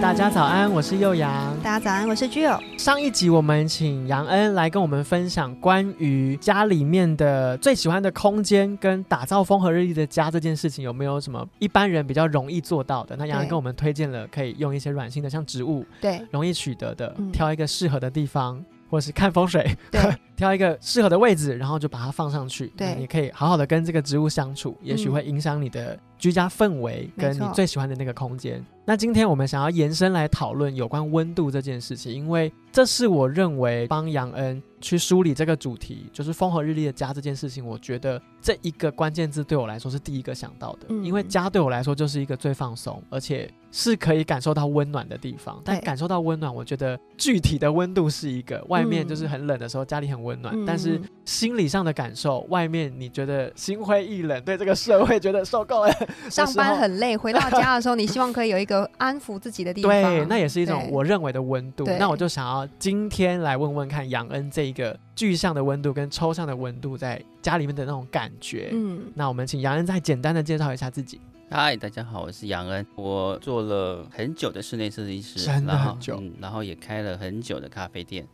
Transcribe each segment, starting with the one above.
大家早安，我是幼阳。大家早安，我是具有。上一集我们请杨恩来跟我们分享关于家里面的最喜欢的空间跟打造风和日丽的家这件事情，有没有什么一般人比较容易做到的？那杨恩对跟我们推荐了可以用一些软性的，像植物，对 容易取得的嗯，挑一个适合的地方，或是看风水，对，挑一个适合的位置，然后就把它放上去。对那你可以好好的跟这个植物相处，也许嗯会影响你的居家氛围没跟错你最喜欢的那个空间。那今天我们想要延伸来讨论有关温度这件事情，因为这是我认为帮杨恩去梳理这个主题，就是风和日丽的家这件事情，我觉得这一个关键字对我来说是第一个想到的，嗯因为家对我来说就是一个最放松，而且是可以感受到温暖的地方。但对感受到温暖，我觉得具体的温度是一个，外面嗯就是很冷的时候，家里很温暖，嗯但是心理上的感受，外面你觉得心灰意冷，对这个社会觉得受够了，上班很累，回到家的时候，你希望可以有一个安抚自己的地 方。对，那也是一种对我认为的温度对。那我就想要今天来问问看杨恩这一个具象的温度跟抽象的温度在家里面的那种感觉。嗯，那我们请杨恩再简单的介绍一下自己。嗨，大家好，我是杨恩。我做了很久的室内设计师，真的然后很久嗯，然后也开了很久的咖啡店。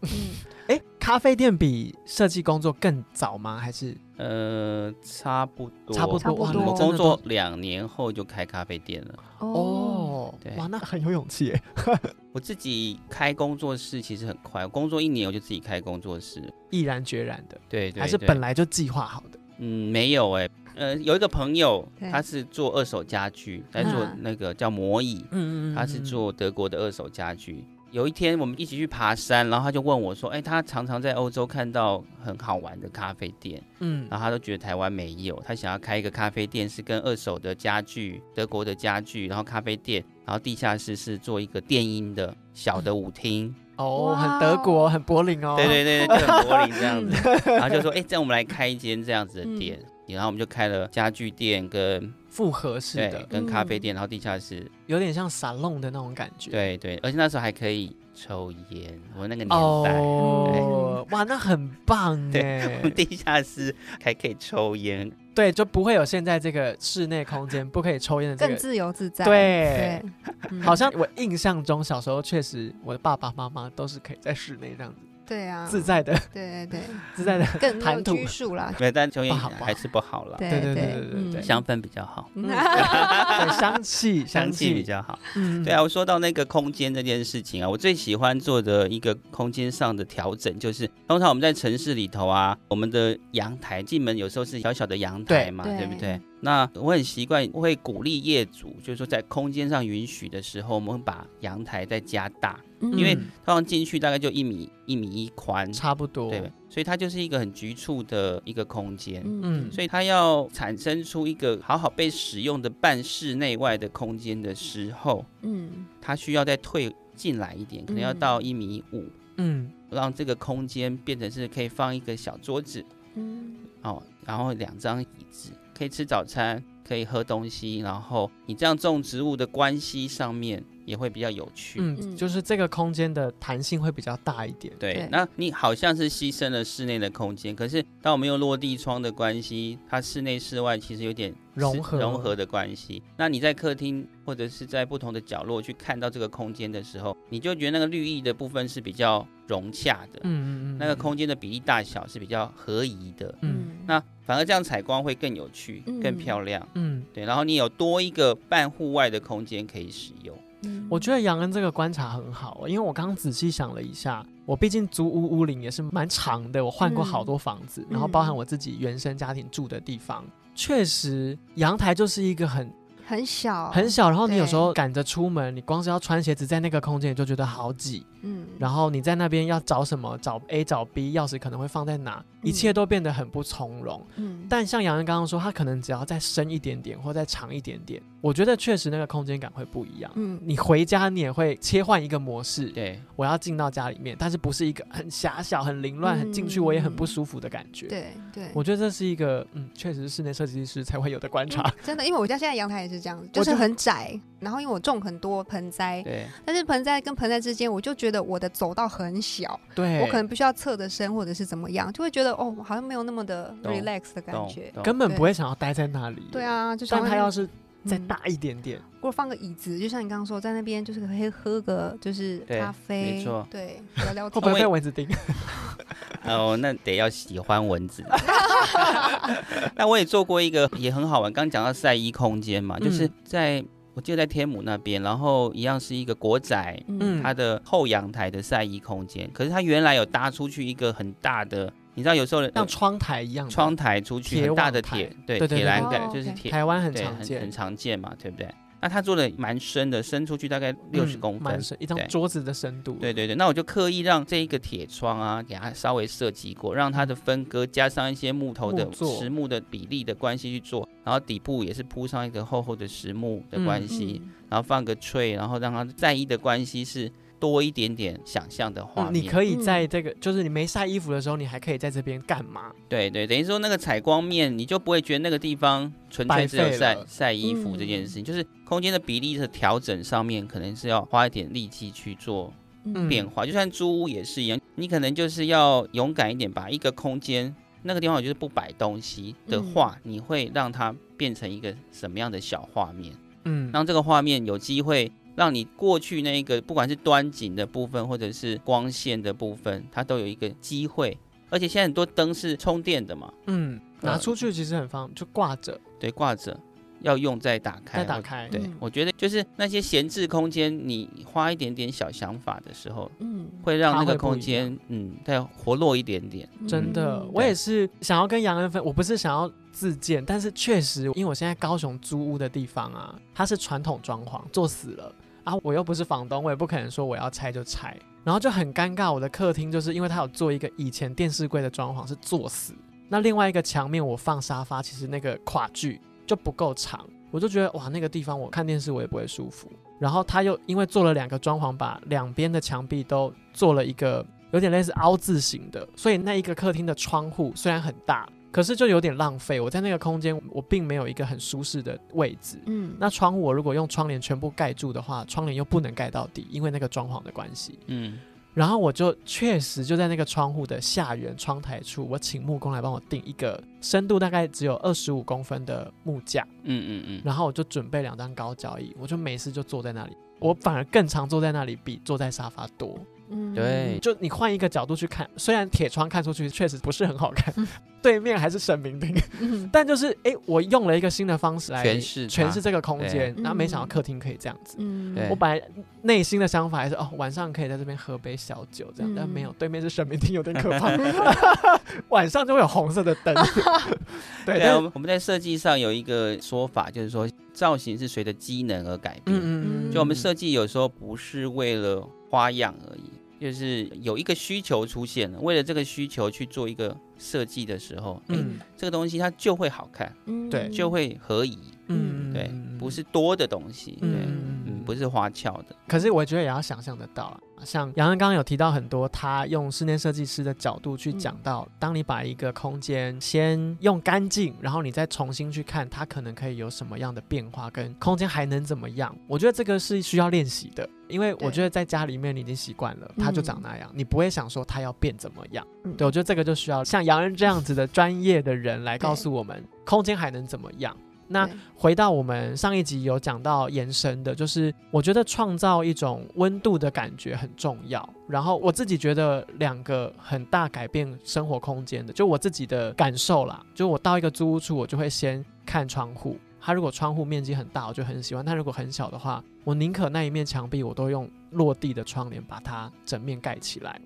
诶，咖啡店比设计工作更早吗？还是呃，差不多，差不差多？不哇多你我们真工的作两年后就开咖啡店了。都哦，哦 对，哇，那很有勇气耶。我自己开工作室其实很快，我工作一年我就自己开工作室。毅然决然的，对对还是对本来就计划好的？嗯没有哎、呃，有一个朋友对他是做二手家具，在做嗯那个叫模椅，嗯他是做德国的二手家具。有一天我们一起去爬山，然后他就问我说：“哎，他常常在欧洲看到很好玩的咖啡店，嗯然后他都觉得台湾没有，他想要开一个咖啡店，是跟二手的家具、德国的家具，然后咖啡店，然后地下室是做一个电音的小的舞厅，哦，哇很德国，很柏林哦。 对对对对，就很柏林这 样子。然后就说：哎，这样我们来开一间这样子嗯的店。然后我们就开了家具店跟复合式对的，跟咖啡嗯店，然后地下室有点像沙龙的那种感觉。对对，而且那时候还可以抽烟，我那个年代。哦，哇，那很棒哎我！们 地下室还可以抽烟， 对，就不会有现在这个室内空间不可以抽烟的这更个。自由自在。对，嗯好像我印象中小时候确实，我的爸爸妈妈都是可以在室内这样子对嗯啊，自在 的、对对自在的。对，更没谈有吐拘束啦。对，但抽烟不好不好还是不好了，对对对对对对嗯香氛比较好，嗯对香气香气比气，较好。嗯对啊，，我说到那个空间这件事情啊，我最喜欢做的一个空间上的调整，就是通常我们在城市里头啊，我们的阳台进门有时候是小小的阳台对嘛，对对不对？那我很习惯会鼓励业主，就是说在空间上允许的时候，我们会把阳台再加大，嗯 因为通常进去大概就一米一米一宽，差不多，对，所以它就是一个很局促的一个空间。嗯所以它要产生出一个好好被使用的半室内外的空间的时候，嗯它需要再退进来一点，可能要嗯到一米五，嗯，让这个空间变成是可以放一个小桌子嗯哦，然后两张椅子，可以吃早餐，可以喝东西，然后你这样种植物的关系上面也会比较有趣。嗯，就是这个空间的弹性会比较大一点。对对，那你好像是牺牲了室内的空间，可是当我们用落地窗的关系，它室内室外其实有点融是合融合的关系。那你在客厅或者是在不同的角落去看到这个空间的时候，你就觉得那个绿意的部分是比较融洽的，嗯嗯嗯，那个空间的比例大小是比较合宜的。嗯，那反而这样采光会更有趣嗯、更漂亮。嗯对，然后你有多一个半户外的空间可以使用。嗯我觉得杨恩这个观察很好，因为我刚刚仔细想了一下，我毕竟租屋屋龄也是蛮长的，我换过好多房嗯子，然后包含我自己原生家庭住的地方，确实阳台就是一个很很小，很小，然后你有啊对时候赶着出门，你光是要穿鞋子在那个空间你就觉得好挤，嗯，然后你在那边要找什么，找 A 找 B，钥匙可能会放在哪，一切都变得很不从容。嗯，但像杨恩刚刚说，他可能只要再深一点点，或再长一点点，我觉得确实那个空间感会不一样。嗯你回家你也会切换一个模式，对，我要进到家里面，但是不是一个很狭小、很凌乱、嗯很进去我也很不舒服的感觉。，对对，嗯我觉得这是一个嗯，确实是室内设计师才会有的观察。真的，因为我家现在阳台也是这样子，就我是就很窄，然后因为我种很多盆栽，对，但是盆栽跟盆栽之间，我就觉得我的走道很小，对，我可能必须要侧着身或者是怎么样，就会觉得哦，好像没有那么的懂 relax 的感懂觉。懂根本对不会想要待在那里。对，啊，就但他要是再嗯大一点点，如果放个椅子，就像你刚刚说，在那边就是可以喝个就是对咖啡，没错对， 聊会聊天不。会被因为蚊子叮？哦，那得要喜欢蚊子。 那我也做过一个也很好玩，刚讲到晒衣空间嘛，就是嗯在我记得在天母那边，然后一样是一个国宅，嗯它的后阳台的晒衣空间，可是它原来有搭出去一个很大的，你知道有时候人像窗台一样吧，窗台出去铁很大网的台铁，对对铁对栏对杆哦就是，OK 铁，台湾很对，常很见很，常见嘛，对不对？那它做的蛮深的，伸出去大概六十嗯公分蛮，深，一张对桌子的深度。嗯对对对，那我就刻意让这一个铁窗啊，给它稍微设计过，让它的分割加上一些木头的木座实木的比例的关系去做，然后底部也是铺上一个厚厚的实木的关系，嗯然后放个 tray，然后让它在意的关系是多一点点想象的画嗯，面。你可以嗯在这个，就是你没晒衣服的时候，你还可以在这边干嘛？对对，等于说那个采光面，你就不会觉得那个地方纯白粹只有费晒了嗯晒衣服这件事情，就是空间的比例的调整上面，可能是要花一点力气去做嗯变化，就算租屋也是一样，你可能就是要勇敢一点，把一个空间那个地方，我就是不摆东西的话，你会让它变成一个什么样的小画面？嗯，让这个画面有机会让你过去那一个，不管是端景的部分，或者是光线的部分，它都有一个机会。而且现在很多灯是充电的嘛，嗯，拿呃出去其实很方便，就挂着对，挂着要用再打开，再打或。开。对嗯，我觉得就是那些闲置空间，你花一点点小想法的时候，嗯，会让它那个会不空一样间，嗯，再活络一点点。真的，嗯我对也是想要跟杨恩分，我不是想要自荐，但是确实，因为我现在高雄租屋的地方啊，它是传统装潢，做死了啊，我又不是房东，我也不可能说我要拆就拆，然后就很尴尬。我的客厅就是因为它有做一个以前电视柜的装潢是做死，那另外一个墙面我放沙发，其实那个跨距就不够长，我就觉得哇，那个地方我看电视我也不会舒服。然后他又因为做了两个装潢，把两边的墙壁都做了一个有点类似凹字形的，所以那一个客厅的窗户虽然很大，可是就有点浪费。我在那个空间，我并没有一个很舒适的位置。嗯，那窗户我如果用窗帘全部盖住的话，窗帘又不能盖到底，因为那个装潢的关系。嗯，然后我就确实就在那个窗户的下缘窗台处，我请木工来帮我定一个深度大概只有二十五公分的木架，嗯嗯嗯，然后我就准备两张高脚椅，我就没事就坐在那里。我反而更常坐在那里，比坐在沙发多。嗯对就你换一个角度去看，虽然铁窗看出去确实不是很好看，对面还是神明厅，嗯但就是哎、诶我用了一个新的方式来诠释它诠释这个空间，对然后没想到嗯客厅可以这样子。嗯对我本来内心的想法还是哦，晚上可以在这边喝杯小酒这样，但没有，嗯对面是神明厅，有点可怕。 晚上就会有红色的灯，对，对啊，但我是们我们在设计上有一个说法，就是说造型是随着机能而改变。嗯就我们设计有时候不是为了花样而已，就是有一个需求出现了，为了这个需求去做一个设计的时候，嗯，嗯这个东西它就会好看，嗯对就会合宜。嗯对，不是多的东西，对，嗯嗯，不是花俏的，可是我觉得也要想象得到啊，像杨恩刚刚有提到很多，他用室内设计师的角度去嗯讲到，当你把一个空间先用干净，然后你再重新去看它可能可以有什么样的变化，跟空间还能怎么样？我觉得这个是需要练习的，因为我对觉得在家里面你已经习惯了，它就长那样，你不会想说它要变怎么样。嗯对，我觉得这个就需要像杨恩这样子的专业的人来告诉我们，空间还能怎么样。那对回到我们上一集有讲到延伸的，就是我觉得创造一种温度的感觉很重要。然后我自己觉得两个很大改变生活空间的，就我自己的感受啦，就我到一个租屋处，我就会先看窗户。它如果窗户面积很大，我就很喜欢；但如果很小的话，我宁可那一面墙壁我都用落地的窗帘把它整面盖起来，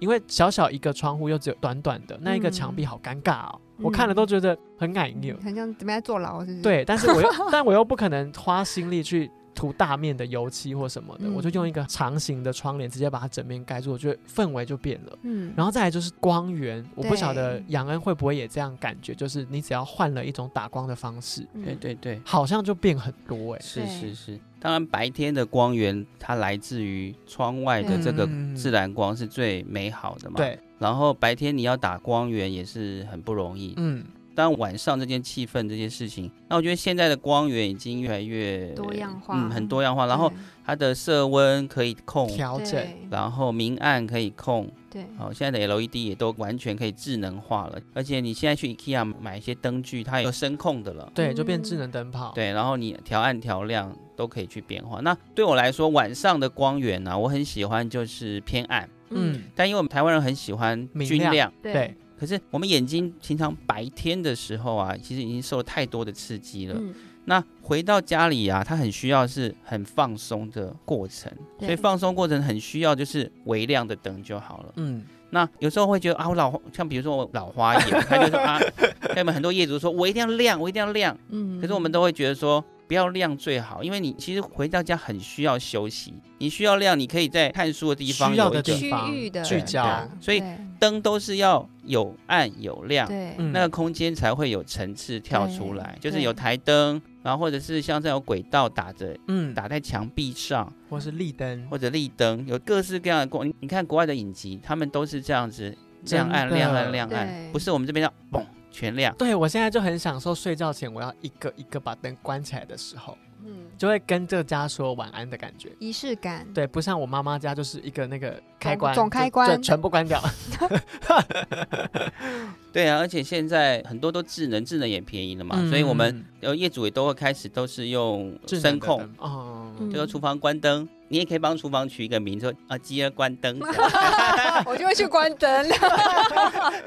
因为小小一个窗户又只有短短的，那一个墙壁好尴尬哦，我看了都觉得很矮扭。嗯嗯很像怎么样坐牢，是不 是？对，但是我又但我又不可能花心力去涂大面的油漆或什么的，嗯我就用一个长形的窗帘直接把它整面盖住，我觉得氛围就变了。嗯，然后再来就是光源，我不晓得对杨恩会不会也这样感觉，就是你只要换了一种打光的方式，嗯对对对，好像就变很多哎、是对是是。当然，白天的光源它来自于窗外的这个嗯自然光是最美好的嘛。。对，然后白天你要打光源也是很不容易，嗯，当然晚上这件气氛这件事情，那我觉得现在的光源已经越来越多样化嗯，很多样化。然后它的色温可以控，调整，然后明暗可以控，对哦，现在的 LED 也都完全可以智能化了，而且你现在去 IKEA 买一些灯具，它有声控的了。对，就嗯变智能灯泡，，对，然后你调暗调亮都可以去变化。那对我来说，晚上的光源呢、我很喜欢就是偏暗，嗯，但因为我们台湾人很喜欢明均亮亮，对，可是我们眼睛平常白天的时候啊，其实已经受了太多的刺激了。嗯那回到家里啊，它很需要是很放松的过程，对所以放松过程很需要就是微亮的灯就好了。嗯，那有时候会觉得啊，我老像比如说我老花眼，他就说 啊，他们很多业主说我一定要亮，我一定要亮，嗯可是我们都会觉得说。不要亮最好，因为你其实回到家很需要休息，你需要亮，你可以在看书的地方需要有一的个地区方域的聚对焦，所以啊灯都是要有暗有亮，对嗯，那个空间才会有层次跳出来，对就是有台灯，然后或者是像这种轨道打着嗯，打在墙壁上，或是立灯，或者立灯，有各式各样的光。你你看国外的影集，他们都是这样子真亮的暗亮暗亮暗，对不是我们这边要嘣全亮。对我现在就很享受睡觉前我要一个一个把灯关起来的时候，嗯就会跟这个家说晚安的感觉。仪式感，对，不像我妈妈家就是一个那个开关，总就开关就全部关掉。对啊，而且现在很多都智能，智能也便宜了嘛，所以我们呃业主也都会开始都是用嗯声控，，哦，嗯就说厨房关灯，你也可以帮厨房取一个名字，说啊鸡儿关 灯， 啊我就会去关灯。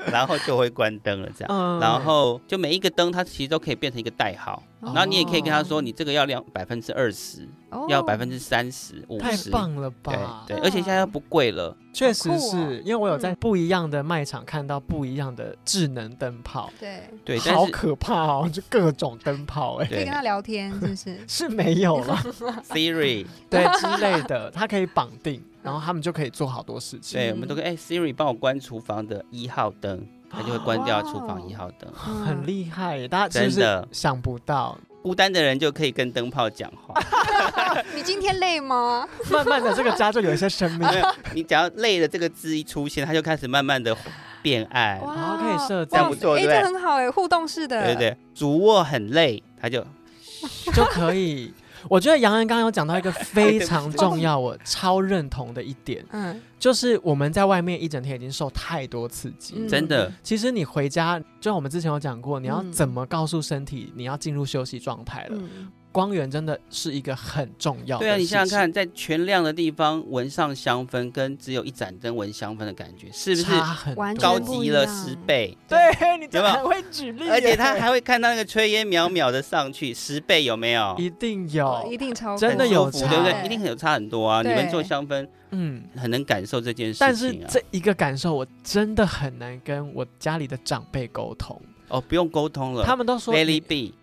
然后就会关灯了这样。嗯然后就每一个灯，它其实都可以变成一个代号，哦然后你也可以跟他说，你这个要亮百分之二十，哦要百分之三十、五哦太十，棒了对吧？对，而且现在不贵了，确实好酷哦是因为我有在嗯不一样的卖场看到不一样的智能灯泡，对，对，但好是可怕哦， 就各种灯泡哎、？可以对跟他聊天，是不是 是没有 了， Siri，对之类的，它可以绑定，然后他们就可以做好多事情。对，我们都跟哎 Siri 帮我关厨房的一号灯，它就会关掉厨哇房哦一号灯，很厉害耶，大家是不真是的，想不到？孤单的人就可以跟灯泡讲话，害。你今天累吗？慢慢的，这个家就有一些生命，没有你只要累了这个字一出现，它就开始慢慢的变暗，哦可以设这样不错哎，对不对这很好哎，互动式的，对对对，主卧很累，它就 就可以。我觉得杨恩刚刚有讲到一个非常重要，我超认同的一点，嗯，就是我们在外面一整天已经受太多刺激，嗯真的，其实你回家，就像我们之前有讲过，你要嗯怎么告诉身体你要进入休息状态了？嗯，光源真的是一个很重要的。对啊，你想嗯想，看，在全亮的地方闻上香氛，跟只有一盏灯闻香氛的感觉，是不是差很完多高全不级一了样十倍？对你真的有没很会举例耶，而且他还会看到那个炊烟袅袅的上去，十倍有没有？一定哦有，哦一定超真的很有舒服差欸对不对对？一定很有差很多啊！你们对做香氛嗯。很能感受这件事情、啊。但是这一个感受，我真的很难跟我家里的长辈沟通，哦，不用沟通了。他们都说 Lady B，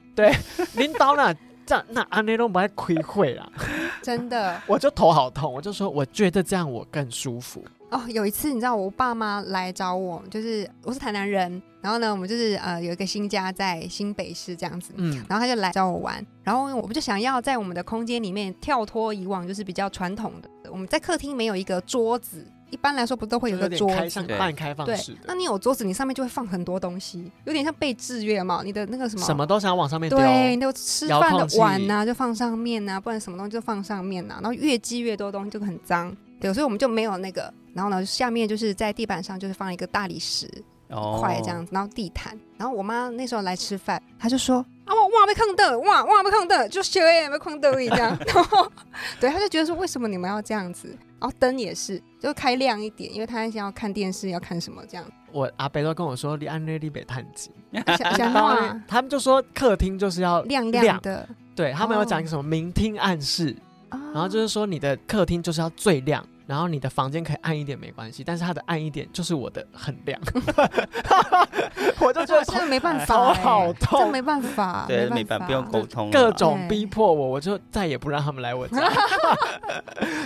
领导呢，这样那安内都不爱开会啊啦，真的我就头好痛，我就说我觉得这样我更舒服，哦。有一次你知道我爸妈来找我，就是我是台南人，然后呢，我们就是呃有一个新家在新北市这样子，嗯，然后他就来找我玩，然后我们就想要在我们的空间里面跳脱以往就是比较传统的，我们在客厅没有一个桌子，一般来说不都会有就一个有点桌开子放吗？对半开放对式，的那，你有桌子，你上面就会放很多东西，有点像被制约嘛，你的那个什么什么都想往上面丢，对，你的吃遥饭控的器碗呐、就放上面呐、不然什么东西就放上面啊呐、然后越积越多东西就很脏，对，所以我们就没有那个。然后呢，下面就是在地板上就是放一个大理石，哦，块这样子，然后地毯。然后我妈那时候来吃饭，她就说：“啊，我哇被坑的，哇哇被坑的，就修也被坑的这样。” 然后，对，她就觉得说：“为什么你们要这样子？”然后灯也是，就开亮一点，因为她想要看电视，要看什么这 样。我阿伯都跟我说，你安内你别叹 气，想想当哇然，他们就说客厅就是要啊亮亮亮的，哦对他们有讲一个什么明厅暗示，然然后就是说你的客厅就是要最亮，然后你的房间可以暗一点没关系，但是它的暗一点就是我的很 亮，我就觉得这个没办头法、好欸，痛这没办法，对，没办办法，不用沟通了各啦种对逼迫我，我就再也不让他们来我 家，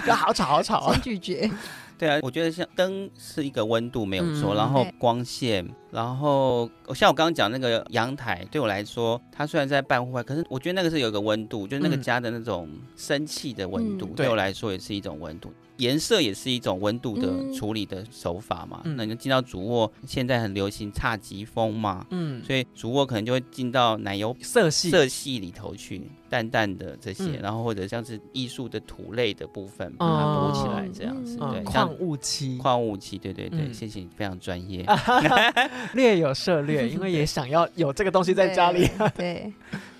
就好吵好吵啊。先拒绝。对啊，我觉得像灯是一个温度没有错，嗯然后对光线，然后哦像我刚刚讲那个阳台，对我来说，它虽然在半户外，可是我觉得那个是有一个温度，就是那个嗯家的那种生气的温度，嗯对对我来说也是一种温度。颜色也是一种温度嗯的处理的手法嘛。嗯那你就进到主卧，现在很流行侘寂风嘛，嗯，所以主卧可能就会进到奶油色系色系里头去，淡淡的这些，嗯然后或者像是艺术的土类的部分，把它补起来哦这样子，嗯对，嗯，像矿物漆矿物漆，对对对，嗯啊谢谢你非常专业。 略有涉略，因为 也想要有这个东西在家里。嗯 对，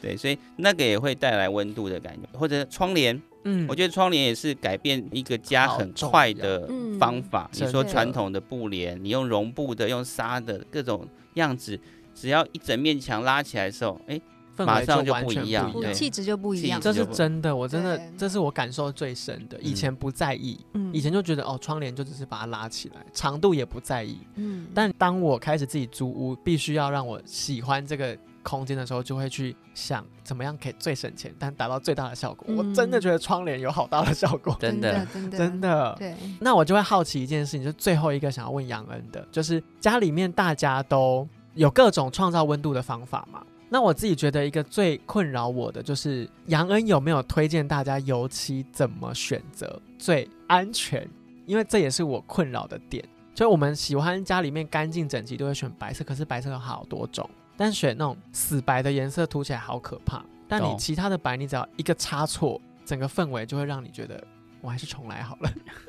对，所以那个也会带来温度的感觉，或者窗帘，嗯我觉得窗帘也是改变一个家好很重快要的嗯方法。真你说的传统的布帘，你用绒布的，用纱的各种样子，只要一整面墙拉起来的时候，哎，氛围马上就完不全一样不一对样。气质就不一样气质。这是真的，我真的对，这是我感受最深的。以前不在意，嗯以前就觉得哦，窗帘就只是把它拉起来，长度也不在意。嗯但当我开始自己租屋，必须要让我喜欢这个空间的时候，就会去想怎么样可以最省钱，但达到最大的效果。嗯我真的觉得窗帘有好大的效果，真的，真的真的。对，啊那我就会好奇一件事情，就是最后一个想要问杨恩的，就是家里面大家都有各种创造温度的方法嘛？那我自己觉得一个最困扰我的就是杨恩有没有推荐大家油漆怎么选择最安全？因为这也是我困扰的点。就是我们喜欢家里面干净整齐，都会选白色，可是白色有好多种，但选那种死白的颜色涂起来好可怕。但你懂其他的白，你只要一个差错，整个氛围就会让你觉得我还是重来好了。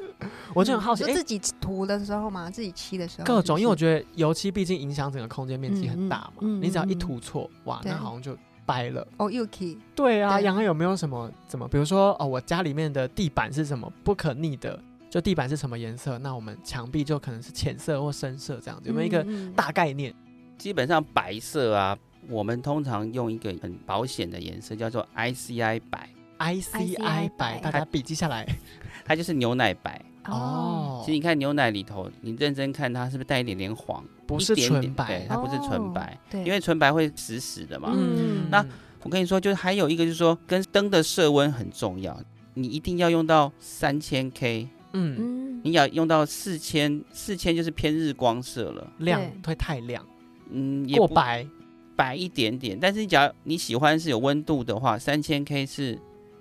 我就很好奇，嗯哎、就自己涂的时候嘛，自己漆的时候，各种，因为我是觉得油漆毕竟影响整个空间面积很大嘛，嗯嗯嗯你只要一涂错，哇，对那好像就掰了。不是哦，Yuki，对啊，对杨洋有没有什么怎么，比如说哦，我家里面的地板是什么不可逆的，就地板是什么颜色，那我们墙壁就可能是浅色或深色这样子，有没有一个嗯嗯大概念？基本上白色啊，我们通常用一个很保险的颜色，叫做 ICI 白， ICI 白，白大家笔记下来它就是牛奶白。哦，哦其实，你看牛奶里头，你认真看它是不是带一点点黄，不是一点点纯白对，它不是纯白哦，对，因为纯白会死死的嘛。嗯那我跟你说，就是还有一个就是说，跟灯的色温很重要，你一定要用到三千 K，嗯嗯你要用到四千，四千就是偏日光色了，亮对会太亮，嗯，也过不白白一点点。但是你只要你喜欢是有温度的话，三千 K 是，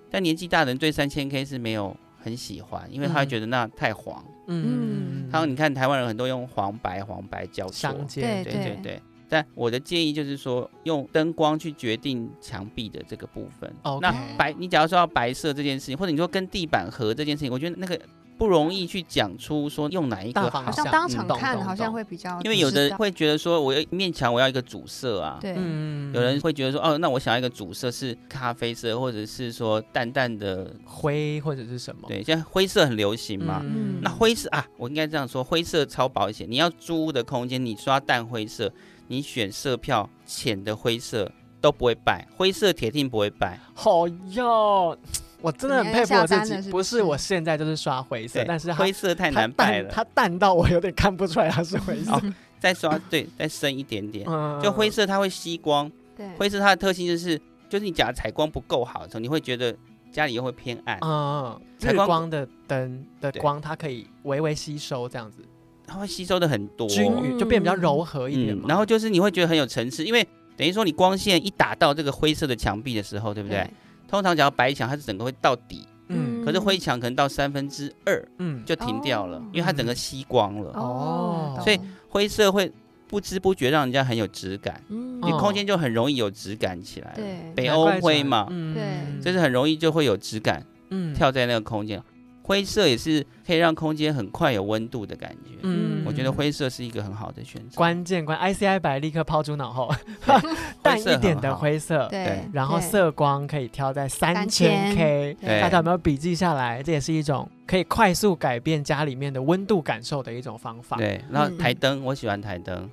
但年纪大的人对三千 K 是没有很喜欢，因为他会嗯觉得那太黄。嗯，还有、你看台湾人很多用黄白黄白交错，相对间，对对对。但我的建议就是说，用灯光去决定墙壁的这个部分。 OK 那白，你假如说要白色这件事情，或者你说跟地板合这件事情，我觉得那个不容易去讲出说用哪一大个方好好，像向当嗯场懂看懂好像懂会比较知道，因为有的会觉得说，我要一面墙我要一个主色啊。对，嗯有人会觉得说，哦，那我想要一个主色是咖啡色，或者是说淡淡的，灰或者是什么，对，现在灰色很流行嘛。嗯那灰色啊，我应该这样说，灰色超保险。你要租屋的空间，你刷淡灰色，你选色票浅的灰色都不会败，灰色铁定不会败。好哟，我真的很佩服我自你要下单了己。是不不是是我现在就是刷灰色对，，但是它灰色太它难淡败了，它淡到我有点看不出来它是灰 色。哦再刷对，再深一点点。嗯就灰色它会吸光，对，灰色它的特性就是，就是你假如采光不够好的时候，你会觉得家里又会偏暗，嗯，采日光光的灯的对光，它可以微微吸收，这样子它会吸收的很多，均嗯匀，就变比较柔和一点嗯嘛。，然后就是你会觉得很有层次，因为等于说你光线一打到这个灰色的墙壁的时候，对不对？通常只要白墙，它是整个会到底，嗯可是灰墙可能到三分之二嗯，就停掉了，哦因为它整个吸光了。哦哦，所以懂灰色会不知不觉让人家很有质感，嗯你哦空间就很容易有质感起来了。对北难欧怪会讲嘛，嗯对就是很容易就会有质感，嗯跳在那个空间。灰色也是可以让空间很快有温度的感觉。嗯我觉得灰色是一个很好的选择，关键关 ICI 白立刻抛诸脑后， 灰淡色一点很的好，灰色，对，然后对色光可以挑在三千 K，对大家有没有笔记下来？这也是一种可以快速改变家里面的温度感受的一种方法。对，然后嗯台灯，我喜欢台灯，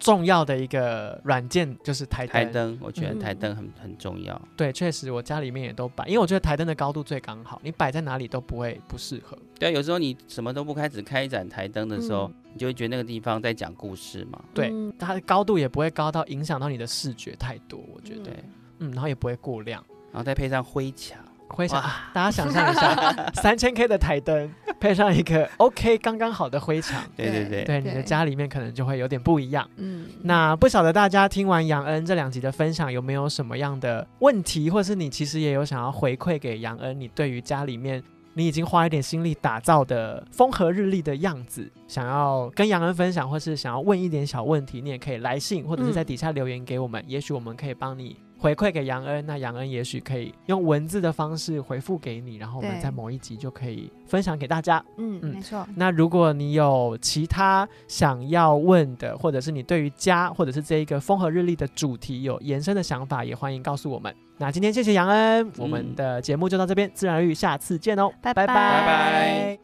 重要的一个软件就是台台灯。灯，我觉得嗯台灯很很重要。对，确实我家里面也都摆，因为我觉得台灯的高度最刚好，你摆在哪里都不会不适合。对啊，有时候你什么都不开，只开一盏台灯的时候，嗯你就会觉得那个地方在讲故事嘛。对，嗯它的高度也不会高到影响到你的视觉太多，我觉得，对，嗯，然后也不会过亮。然后再配上灰墙，回想哇啊，大家想象一下，三千 K 的台灯配上一个 OK 刚刚好的灰墙，对对对，对你的家里面可能就会有点不一样。 嗯，那不晓得大家听完杨恩这两集的分享，有没有什么样的问题，或是你其实也有想要回馈给杨恩，你对于家里面你已经花一点心力打造的风和日丽的样子，想要跟杨恩分享，或是想要问一点小问题，你也可以来信，或者是在底下留言给我们，也许我们可以帮你。回馈给杨恩，那杨恩也许可以用文字的方式回复给你，然后我们对在某一集就可以分享给大家。嗯，嗯没错，那如果你有其他想要问的，或者是你对于家，或者是这一个风和日丽的主题有延伸的想法，也欢迎告诉我们。那今天谢谢杨恩，我们的节目就到这边，自然而愈，下次见哦，嗯拜拜拜拜